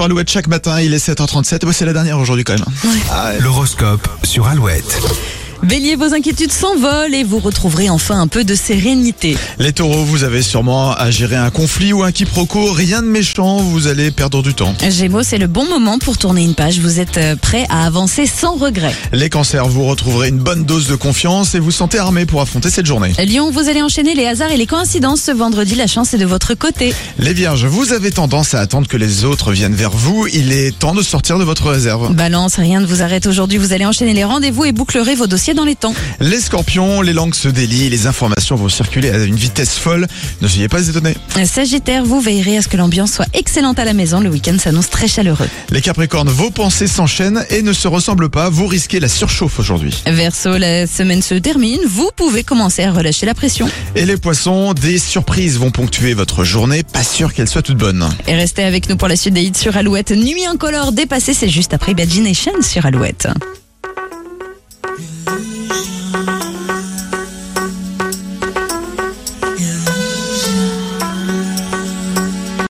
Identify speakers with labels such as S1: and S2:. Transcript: S1: Alouette chaque matin, il est 7h37. Bon, c'est la dernière aujourd'hui quand même.
S2: L'horoscope sur Alouette.
S3: Bélier, vos inquiétudes s'envolent et vous retrouverez enfin un peu de sérénité.
S1: Les taureaux, vous avez sûrement à gérer un conflit ou un quiproquo. Rien de méchant, vous allez perdre du temps.
S3: Gémeaux, c'est le bon moment pour tourner une page. Vous êtes euh, prêt à avancer sans regret.
S1: Les cancers, vous retrouverez une bonne dose de confiance et vous sentez armé pour affronter cette journée.
S3: Lyon, vous allez enchaîner les hasards et les coïncidences. Ce vendredi, la chance est de votre côté.
S1: Les vierges, vous avez tendance à attendre que les autres viennent vers vous. Il est temps de sortir de votre réserve.
S3: Balance, rien ne vous arrête aujourd'hui. Vous allez enchaîner les rendez-vous et bouclerez vos dossiers dans les temps.
S1: Les scorpions, les langues se délient, les informations vont circuler à une vitesse folle. Ne soyez pas étonnés.
S3: Euh, Sagittaire, vous veillerez à ce que l'ambiance soit excellente à la maison. Le week-end s'annonce très chaleureux.
S1: Les capricornes, vos pensées s'enchaînent et ne se ressemblent pas. Vous risquez la surchauffe aujourd'hui.
S3: Verseau, la semaine se termine. Vous pouvez commencer à relâcher la pression.
S1: Et les poissons, des surprises vont ponctuer votre journée, pas sûr qu'elles soient toutes bonnes.
S3: Et restez avec nous pour la suite des hits sur Alouette. Nuit incolore dépassée, c'est juste après Badgination sur Alouette.